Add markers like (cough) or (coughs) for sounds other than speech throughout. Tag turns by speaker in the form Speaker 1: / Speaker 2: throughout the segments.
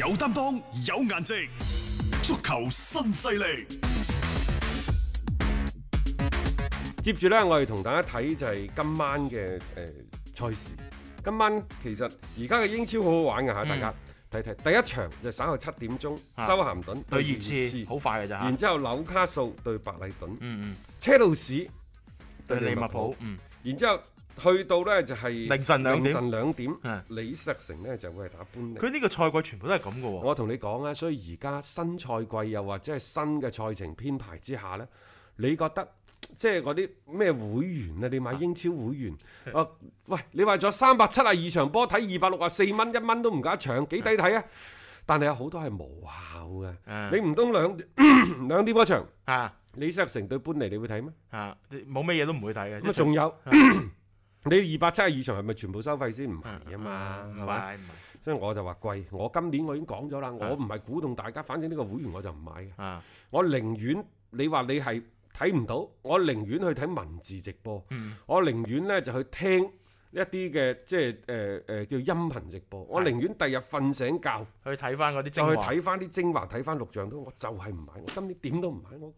Speaker 1: 有擔當，有顏值，足球新勢力。
Speaker 2: 接住呢，我哋同大家睇就係今晚嘅誒、呃賽事。今晚其實而家嘅英超好好玩㗎嚇，大家睇睇第一場就稍後七點鐘，
Speaker 3: 嗯啊
Speaker 2: 修咸頓
Speaker 3: 對
Speaker 2: 對
Speaker 3: 熱刺
Speaker 2: 刺
Speaker 3: 好快嘅咋
Speaker 2: 然
Speaker 3: 嚇，
Speaker 2: 之後紐卡素對白禮頓，
Speaker 3: 嗯嗯，
Speaker 2: 車路士
Speaker 3: 對利物浦，嗯
Speaker 2: 然之後去到呢就係、
Speaker 3: 凌晨兩
Speaker 2: 凌
Speaker 3: 點嗯
Speaker 2: 晨兩點
Speaker 3: 係
Speaker 2: 李斯特城呢就會係打般尼。
Speaker 3: 佢呢個賽季全部都係咁嘅喎，
Speaker 2: 我同你講啊，所以而家新賽季又或者係新嘅賽程編排之下呢，你覺得即係嗰啲咩會員啊？你買英超會 (laughs) 員啊？喂，你買咗三百七啊二場波睇二百六啊四蚊一蚊都唔夠一場，幾抵睇啊！但係有好多係無效嘅，
Speaker 3: 嗯
Speaker 2: 你唔通兩 (coughs) 兩點嗰場
Speaker 3: 啊
Speaker 2: 李斯特城對般尼，你會睇咩？
Speaker 3: 啊，你冇咩嘢都唔會睇嘅，
Speaker 2: 咁啊，仲有你二百七啊二場係咪全部收費先？唔係啊嘛，
Speaker 3: 唔
Speaker 2: 係咪？
Speaker 3: 係唔
Speaker 2: 所以我就話貴。我今年我已經講咗啦，我
Speaker 3: 係
Speaker 2: 唔係鼓動大家，反正呢個會員我就唔買嘅。
Speaker 3: 係啊，
Speaker 2: 我寧願你話你係睇唔到，我寧願去睇文字直播，
Speaker 3: 嗯
Speaker 2: 我寧願呢就去聽一啲嘅即係誒誒叫音頻直播，我寧願第日瞓醒覺
Speaker 3: 去睇翻嗰啲精
Speaker 2: 就去
Speaker 3: 華，
Speaker 2: 睇翻啲精華，睇翻錄像都，我就係唔買，我今年點都唔買，我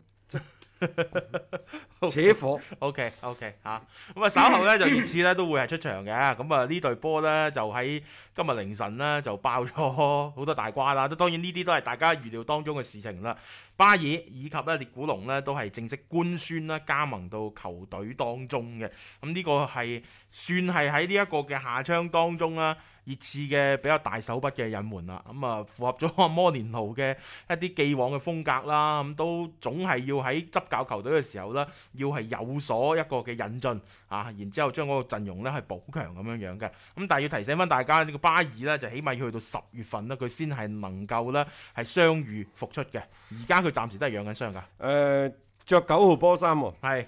Speaker 2: 真扯火。
Speaker 3: O K O K 嚇，咁啊稍後咧就熱刺咧都會係出場嘅，咁啊呢隊波咧就喺今日凌晨咧就爆咗好多大瓜啦，都當然呢啲都係大家預料當中嘅事情啦。巴爾以及咧列古龍咧都係正式官宣啦加盟到球隊當中嘅，咁呢個係算係喺呢一個嘅下窗當中啦。熱刺嘅比較大手筆嘅隱瞞啦，咁啊符合咗阿摩連奴嘅一啲既往嘅風格啦，咁都總係要喺執教球隊嘅時候啦。要係有所一個嘅引進啊，然之後將嗰個陣容咧係補強咁樣樣嘅。咁但係要提醒翻大家，呢、個巴爾咧就起碼要去到十月份啦，佢先係能夠咧係傷愈復出嘅。而家佢暫時都係養緊傷㗎，
Speaker 2: 誒著九號波衫喎、
Speaker 3: 係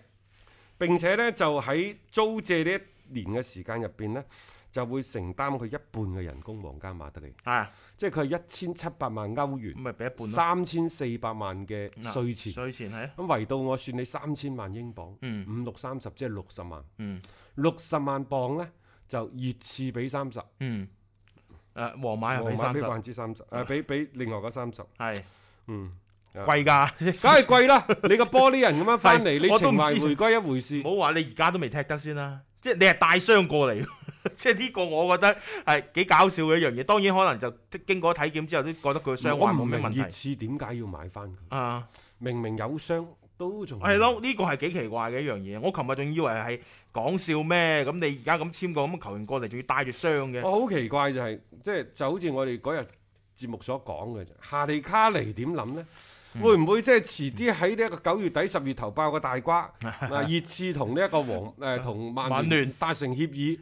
Speaker 2: 並且呢，就喺租借呢一年嘅時間入邊呢，就會承擔佢一半嘅人工皇家馬德里，
Speaker 3: 啊，
Speaker 2: 即係佢係一千七百萬歐元
Speaker 3: 咁。咪俾一半咯。
Speaker 2: 三千四百萬嘅税前，
Speaker 3: 税前係啊，
Speaker 2: 咁圍到我算你三千萬英鎊，
Speaker 3: 嗯
Speaker 2: 五六三十即係六十萬，
Speaker 3: 嗯
Speaker 2: 六十萬磅呢，就熱刺俾三十，
Speaker 3: 嗯，誒、皇馬
Speaker 2: 皇
Speaker 3: 又哎
Speaker 2: 馬
Speaker 3: 俾三
Speaker 2: 俾
Speaker 3: 十，啊
Speaker 2: 百分之三十，誒俾俾另外嗰三十，
Speaker 3: 係
Speaker 2: 嗯，
Speaker 3: 貴㗎，
Speaker 2: (laughs) 梗係貴
Speaker 3: (laughs)
Speaker 2: 啦！你個玻璃人咁樣翻嚟，
Speaker 3: 係
Speaker 2: 你
Speaker 3: 我
Speaker 2: 情
Speaker 3: 都唔知
Speaker 2: 懷回歸一回事
Speaker 3: 唔。好話你而家都未踢得先啦，即係你係帶傷過嚟， (laughs) 即係呢個我覺得係幾搞笑嘅一樣嘢。當然可能就即經過體檢之後都覺得佢嘅傷
Speaker 2: 我
Speaker 3: 患
Speaker 2: 唔
Speaker 3: 冇咩
Speaker 2: 明
Speaker 3: 問
Speaker 2: 熱
Speaker 3: 題
Speaker 2: 刺點解要買翻佢？
Speaker 3: 啊。
Speaker 2: 明明有傷都仲
Speaker 3: 係咯，呢個係幾奇怪嘅一樣嘢。我琴日仲以為係講笑咩，咁你而家咁簽個咁嘅球員過嚟，仲要帶住傷嘅，
Speaker 2: 我好奇怪就係、即係就好似我哋嗰日節目所講嘅啫，夏利卡尼點諗呢？
Speaker 3: 嗯
Speaker 2: 會唔會即係遲啲喺呢一個九月底、十月頭爆個大
Speaker 3: (laughs)
Speaker 2: 瓜？啊，熱刺同呢一個黃誒同曼
Speaker 3: 曼
Speaker 2: 聯
Speaker 3: 聯
Speaker 2: 達成協議，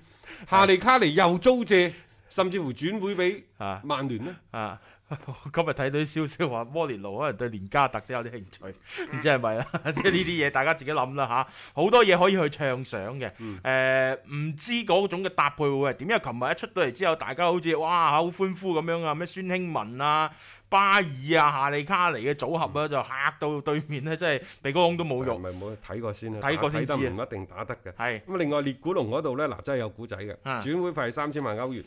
Speaker 2: 夏利卡尼又租借，甚至乎轉會俾
Speaker 3: 啊
Speaker 2: 曼聯呢？
Speaker 3: 啊！ (laughs) 我今日睇到啲消息話，摩連奴可能對連加特都有啲興趣，唔知係咪啦？啊 (laughs) 即係呢啲嘢大家自己諗啦吓，好多嘢可以去暢想嘅。誒、
Speaker 2: 嗯
Speaker 3: 唔知嗰種嘅搭配會係點？因為琴日一出到嚟之後，大家好似哇好歡呼咁樣啊，咩孫興文啊、巴爾啊、夏利卡尼嘅組合啊，就嚇到對面咧，真係鼻哥窿都冇
Speaker 2: 唔
Speaker 3: 肉。
Speaker 2: 係冇睇過先啦，
Speaker 3: 睇過先
Speaker 2: 打睇
Speaker 3: 知
Speaker 2: 得唔
Speaker 3: 啊
Speaker 2: 一定打得嘅。
Speaker 3: 係
Speaker 2: 咁另外列古龍嗰度呢，嗱真係有古仔嘅，
Speaker 3: 啊
Speaker 2: 轉會費三千萬歐元，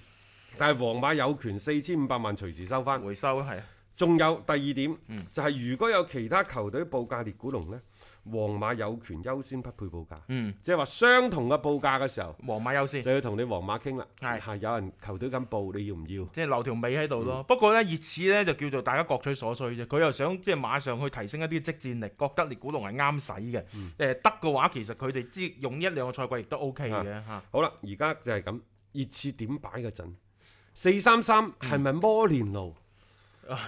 Speaker 2: 但係皇馬有權四千五百萬隨時收翻。
Speaker 3: 回收係
Speaker 2: 仲有第二點，
Speaker 3: 嗯
Speaker 2: 就係如果有其他球隊報價列古龍呢，皇馬有權優先匹配報價，
Speaker 3: 嗯，
Speaker 2: 即係話相同嘅報價嘅時候，
Speaker 3: 皇馬優先。
Speaker 2: 就要同你皇馬傾啦。
Speaker 3: 嗯係
Speaker 2: 係有人球隊咁報，你要唔要？
Speaker 3: 即係留條尾喺度咯。不過咧，熱刺咧就叫做大家各取所需啫。佢又想即係馬上去提升一啲即戰力，覺得列古龍係啱使嘅。誒、得嘅話，其實佢哋知用一兩個賽季亦都 O K 嘅嚇。
Speaker 2: 好啦，而家就係咁，熱刺點擺個陣？四三
Speaker 3: 嗯
Speaker 2: 三係咪摩連
Speaker 3: (laughs)
Speaker 2: 奴擅長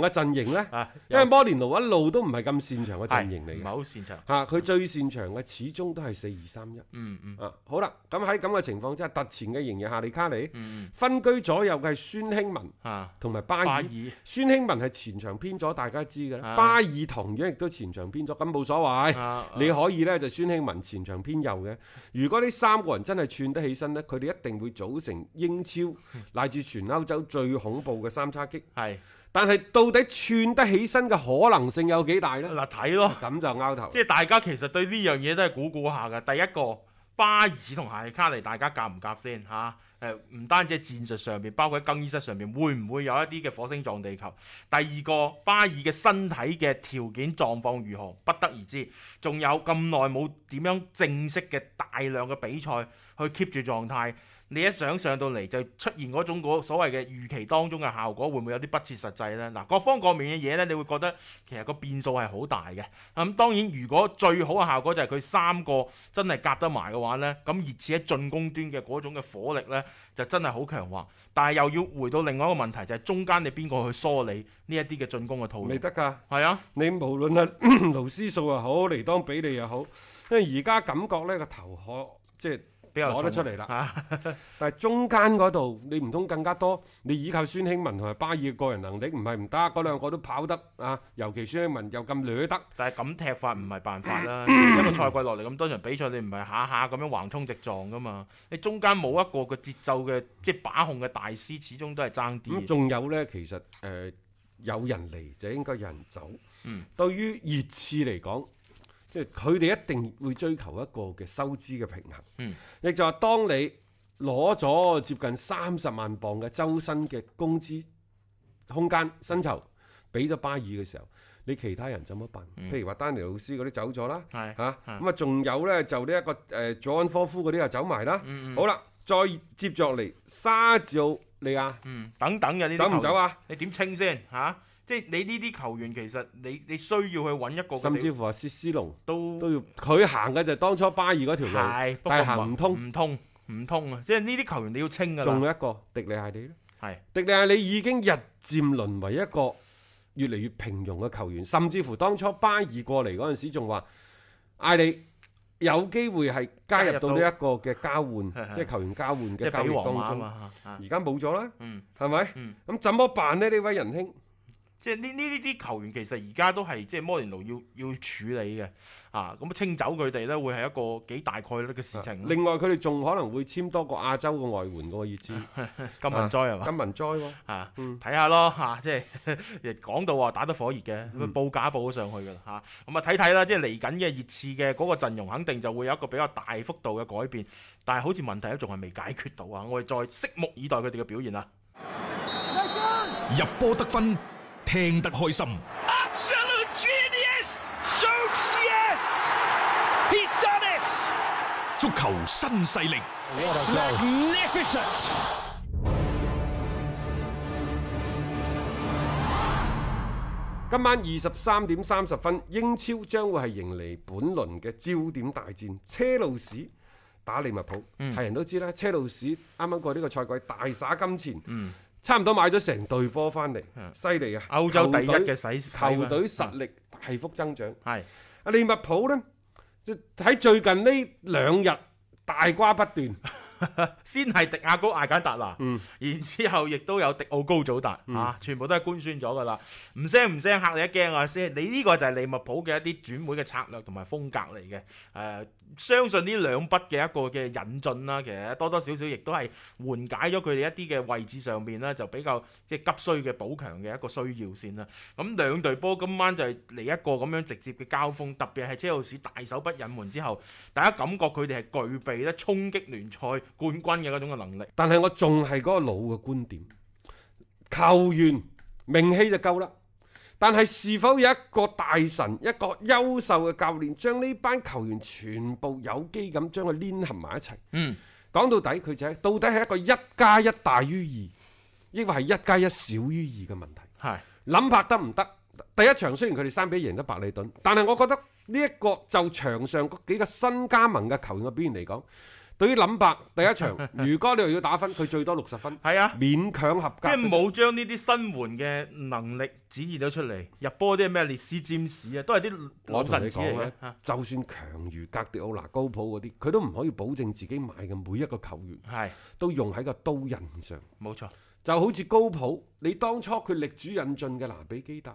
Speaker 2: 嘅陣型呢
Speaker 3: 啊？
Speaker 2: 因為摩連奴一路都唔係咁擅長嘅
Speaker 3: 係
Speaker 2: 陣型嚟
Speaker 3: 唔係
Speaker 2: 嘅，
Speaker 3: 好擅長？
Speaker 2: 嚇佢最擅長嘅始終都係四二三一。
Speaker 3: 嗯嗯
Speaker 2: 啊，好啦，咁喺咁嘅情況之下，突前嘅仍然夏利卡尼，
Speaker 3: 嗯
Speaker 2: 分居左右嘅係孫興文
Speaker 3: 嗯啊，
Speaker 2: 同埋巴
Speaker 3: 巴
Speaker 2: 爾
Speaker 3: 爾。
Speaker 2: 孫興文係前場偏左，大家知嘅啦。
Speaker 3: 啊
Speaker 2: 巴爾同樣亦都前場偏左，咁冇所謂。
Speaker 3: 啊，
Speaker 2: 你可以呢，就孫興文前場偏右嘅。如果呢三個人真係串得起身呢，佢哋一定會組成英超
Speaker 3: 嗯
Speaker 2: 乃至全歐洲最恐怖嘅三叉戟。
Speaker 3: 係
Speaker 2: 但係到底串得起身嘅可能性
Speaker 3: 嗯
Speaker 2: 有幾大呢？
Speaker 3: 嗱睇咯。
Speaker 2: 咁就拗頭。
Speaker 3: 即係大家其實對呢樣嘢都係估估下嘅。第一個巴爾同夏利卡尼大家夾唔夾先嚇？誒、唔單止係戰術上面，包括喺更衣室上面，會唔會有一啲嘅火星撞地球？第二個巴爾嘅身體嘅條件狀況如何，不得而知。仲有咁耐冇點樣正式嘅大量嘅比賽去 keep 住狀態，你一想上到嚟就出現嗰種嗰所謂嘅預期當中嘅效果，會唔會有啲不切實際呢？嗱，各方各面嘅嘢呢，你會覺得其實個變數係好大嘅。咁、當然，如果最好嘅效果就係佢三個真係夾得埋嘅話呢，咁熱刺喺進攻端嘅嗰種嘅火力呢，就真係好強橫。但係又要回到另外一個問題，就係、中間你邊個去梳理呢一啲嘅進攻嘅套路
Speaker 2: 未？得㗎。
Speaker 3: 係啊，
Speaker 2: 你無論係 (clears throat) 勞斯數又好，尼當比利又好，因為而家感覺呢個頭可即係
Speaker 3: 比較
Speaker 2: 攞得出
Speaker 3: 重
Speaker 2: 嚟啦。
Speaker 3: 啊
Speaker 2: 但係中間嗰度你唔通更加多？你依靠孫興文同埋巴爾嘅個人能力唔係唔得，嗰兩個都跑得啊，尤其孫興文又咁掠得。
Speaker 3: 但係咁踢法唔係辦法啦，一個賽季落嚟咁多場比賽，你唔係下下咁樣橫衝直撞噶嘛，你中間冇一個個節奏嘅即係把控嘅大師，始終都係爭
Speaker 2: 咁
Speaker 3: 啲。
Speaker 2: 仲有呢，其實誒、呃有人嚟就應該有人走。
Speaker 3: 嗯、
Speaker 2: 對於熱刺嚟講，即係佢哋一定會追求一個嘅收支嘅平衡。
Speaker 3: 嗯、
Speaker 2: 亦就係當你攞咗接近三十萬磅嘅周薪嘅工資空間薪酬，俾咗巴爾嘅時候，你其他人怎麼辦？
Speaker 3: 嗯
Speaker 2: 譬如話丹尼老師嗰啲走咗啦，
Speaker 3: 係
Speaker 2: 嚇
Speaker 3: 係
Speaker 2: 咁啊，仲有呢，就呢、一個誒、呃佐安科夫嗰啲又走埋啦。
Speaker 3: 嗯嗯
Speaker 2: 好啦，再接著嚟沙治奧利亞。
Speaker 3: 嗯，等等嘅呢啲
Speaker 2: 走唔
Speaker 3: 球
Speaker 2: 走啊？
Speaker 3: 你點清先嚇、即係你呢啲球員其實你你需要去揾一個
Speaker 2: 甚
Speaker 3: 佢哋
Speaker 2: 至乎話薛斯隆
Speaker 3: 都
Speaker 2: 都要佢行嘅就係當初巴爾嗰條路，
Speaker 3: 係，不
Speaker 2: 但係
Speaker 3: 過
Speaker 2: 行唔通
Speaker 3: 唔通唔通啊！即係呢啲球員你要清㗎
Speaker 2: 仲
Speaker 3: 啦，
Speaker 2: 有一個迪利艾利咧。
Speaker 3: 係
Speaker 2: 迪利艾利已經日漸淪為一個越嚟越平庸嘅球員，甚至乎當初巴爾過嚟嗰陣時仲話艾利有機會係加入到呢一個嘅交換，即係球員交換
Speaker 3: 即
Speaker 2: 嘅
Speaker 3: 係
Speaker 2: 交易
Speaker 3: 俾皇馬啊
Speaker 2: 當中。
Speaker 3: 嘛嚇、啊
Speaker 2: 而家冇咗啦，
Speaker 3: 嗯。
Speaker 2: 係咪？
Speaker 3: 嗯
Speaker 2: 咁怎麼辦呢？呢位仁兄，
Speaker 3: 即係呢呢呢啲球員其實而家都係即係摩連奴要要處理嘅啊，咁清走佢哋咧會係一個幾大概率嘅事情咯。
Speaker 2: 另外佢哋仲可能會簽多個亞洲嘅外援嘅喎，熱刺
Speaker 3: 金 (laughs)
Speaker 2: 啊
Speaker 3: 文災係嘛
Speaker 2: 金文災喎。
Speaker 3: 啊？
Speaker 2: 嗯
Speaker 3: 睇下咯嚇、 (laughs) 即係 (laughs) 亦講到話打得火熱嘅，咁啊報價報咗上去㗎啦嚇。咁啊睇睇啦，即係嚟緊嘅熱刺嘅嗰個陣容肯定就會有一個比較大幅度嘅改變，但係好似問題都仲係未解決到啊！我哋再拭目以待佢哋嘅表現啊啦。
Speaker 1: 入波得分，聽得開心。
Speaker 4: Absolute genius! Shoots yes! He's done it!
Speaker 1: 足球新勢力，
Speaker 4: It's magnificent!
Speaker 2: 今晚二十三點三十分，英超將會係迎嚟本輪嘅焦點大戰，車路士打利物浦，係、
Speaker 3: 嗯
Speaker 2: 人都知啦。車路士啱啱過呢個賽季大灑金錢，
Speaker 3: 嗯
Speaker 2: 差唔多買咗成隊波翻嚟，犀利啊！
Speaker 3: 歐嗯洲第一嘅
Speaker 2: 球
Speaker 3: 嗯洗
Speaker 2: 隊
Speaker 3: 洗碗
Speaker 2: 球隊實力大幅增長。
Speaker 3: 係
Speaker 2: 啊，利物浦呢，就喺最近呢兩日大瓜不斷，
Speaker 3: 先係迪亞高艾簡達拿，然之後亦都有迪奧高祖達，啊，全部都係官宣咗噶啦，唔聲唔聲嚇你一驚啊先，你呢個就係利物浦嘅一啲轉會嘅策略同埋風格嚟嘅，誒、相信呢兩筆嘅一個嘅引進啦，其實多多少少亦都係緩解咗佢哋一啲嘅位置上面啦，就比較即係急需嘅補強嘅一個需要先啦。咁兩隊波今晚就係嚟一個咁樣直接嘅交鋒，特別係車路士大手筆引援之後，大家感覺佢哋係具備咧衝擊聯賽冠軍嘅嗰種嘅能力。
Speaker 2: 但係我仲係嗰個老嘅觀點，球員名氣就夠啦。但係是否有一個大神、一個優秀嘅教練，將呢班球員全部有機咁將佢連合埋一齊？
Speaker 3: 嗯，
Speaker 2: 講到底，佢就係、到底係一個一加一大於二，抑或係一加一小於二嘅問題？
Speaker 3: 係
Speaker 2: 諗法得唔得？第一場雖然佢哋三比一贏得白里頓，但係我覺得呢一個就場上嗰幾個新加盟嘅球員嘅表現嚟講， (laughs) 對於諗白第一
Speaker 3: (laughs)
Speaker 2: 場，如果你又要打分，佢最多六十分，
Speaker 3: 係啊，
Speaker 2: 勉強合
Speaker 3: 即
Speaker 2: 格。
Speaker 3: 係冇將呢啲新援嘅能力展現咗出嚟，入波啲咩列斯占士啊，都係啲
Speaker 2: 我
Speaker 3: 老
Speaker 2: 同
Speaker 3: 臣
Speaker 2: 你
Speaker 3: 子
Speaker 2: 講啊
Speaker 3: 嚟嘅
Speaker 2: 咧
Speaker 3: 嚇，，
Speaker 2: 就算強如格迪奧拿高普嗰啲，佢都唔可以保證自己買嘅每一個球員
Speaker 3: 係
Speaker 2: 都用喺個刀刃上。
Speaker 3: 冇錯，
Speaker 2: 就好似高普，你當初佢力主引進嘅拿比基達，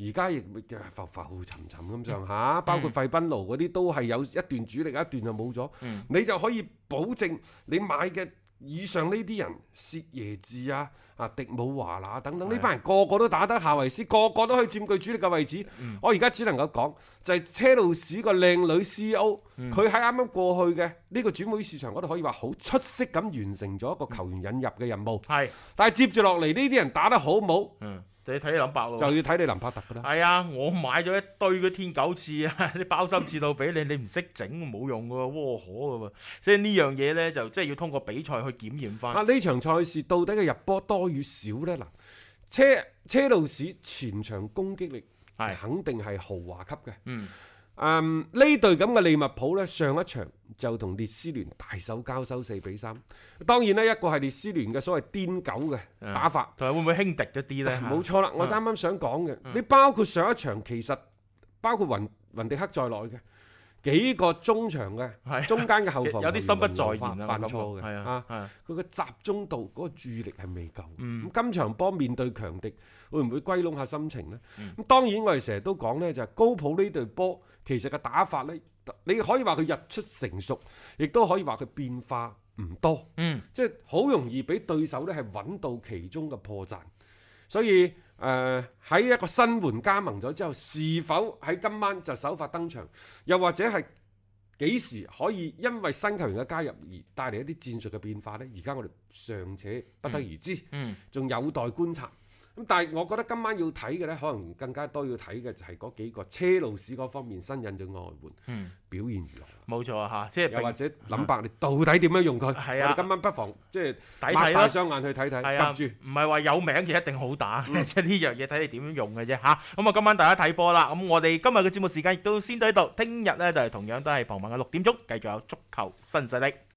Speaker 2: 而家亦咪浮浮沉沉咁上下，包括費賓奴嗰啲都係有一段主力，一段就冇咗。
Speaker 3: 嗯
Speaker 2: 你就可以保證你買嘅以上呢啲人，薛耶治啊、啊迪姆華拿等等，呢班人個個都打得夏維斯，個個都可以佔據主力嘅位置。我而家只能夠講，就係、車路士個靚女 CEO，佢喺啱啱過去嘅呢個轉會市場嗰度可以話好出色咁完成咗一個球員引入嘅任務。
Speaker 3: 係，
Speaker 2: 但係接住落嚟呢啲人打得好冇，
Speaker 3: 嗯，你睇你諗白咯
Speaker 2: 就。要睇你林柏特㗎啦。
Speaker 3: 係啊，我買咗一堆嗰天狗翅啊，啲包心翅到俾你， (laughs) 你唔識整冇用噶喎，窩火噶喎。所以呢樣嘢呢，就即係要通過比賽去檢驗翻。
Speaker 2: 啊！呢場賽事到底嘅入波多與少呢？嗱，車車路士前場攻擊力
Speaker 3: 係
Speaker 2: 肯定係豪華級嘅。
Speaker 3: 嗯，
Speaker 2: 嗯，呢隊咁嘅利物浦呢，上一場就同列斯聯大手交手四比三。當然呢，一個係列斯聯嘅所謂癲狗嘅
Speaker 3: 嗯
Speaker 2: 打法，
Speaker 3: 同埋會唔會輕敵一啲呢？
Speaker 2: 啊
Speaker 3: 啊
Speaker 2: 冇錯啦。我啱啱想講嘅，你包括上一場其實包括雲雲迪克在內嘅。幾個中場嘅
Speaker 3: 係
Speaker 2: 中間嘅後
Speaker 3: 有
Speaker 2: 防
Speaker 3: (laughs) 有啲心不在
Speaker 2: 球員
Speaker 3: 焉啊，
Speaker 2: 犯
Speaker 3: 我感覺
Speaker 2: 錯嘅，
Speaker 3: 係
Speaker 2: 啊
Speaker 3: 啊，係啊
Speaker 2: 佢個集中度嗰、個注意力係未夠。咁、
Speaker 3: 嗯
Speaker 2: 今場波面對強敵，會唔會歸攏下心情呢？
Speaker 3: 嗯
Speaker 2: 咁、當然我哋成日都講呢，就係、高普呢隊波其實嘅打法呢，你可以話佢日出成熟，亦都可以話佢變化唔多，
Speaker 3: 嗯，
Speaker 2: 即係好容易俾對手呢係揾到其中嘅破綻。所以誒喺、呃一個新援加盟咗之後，是否喺今晚就首發登場，又或者係幾時可以因為新球員嘅加入而帶嚟一啲戰術嘅變化呢？而家我哋尚且不得而知，
Speaker 3: 嗯，
Speaker 2: 仲有待觀察。咁但係我覺得今晚要睇嘅呢，可能更加多要睇嘅就係嗰幾個車路士嗰方面新引嘅外援、
Speaker 3: 嗯
Speaker 2: 表現如何，
Speaker 3: 冇錯啊嚇，即係
Speaker 2: 又或
Speaker 3: 並
Speaker 2: 者諗白你到底點樣用佢？
Speaker 3: 係啊
Speaker 2: 我哋今晚不妨即係
Speaker 3: 睇
Speaker 2: 擘
Speaker 3: 睇
Speaker 2: 大
Speaker 3: 啦。
Speaker 2: 雙眼去睇睇，
Speaker 3: 係啊，
Speaker 2: 夾住。嗯
Speaker 3: 唔係話有名嘅一定好打， (laughs) 即係呢樣嘢睇你點樣用嘅啫吓。咁啊，今晚大家睇波啦。咁我哋今日嘅節目時間亦都先到呢度，聽日咧就係同樣都係傍晚嘅六點鐘，繼續有足球新勢力。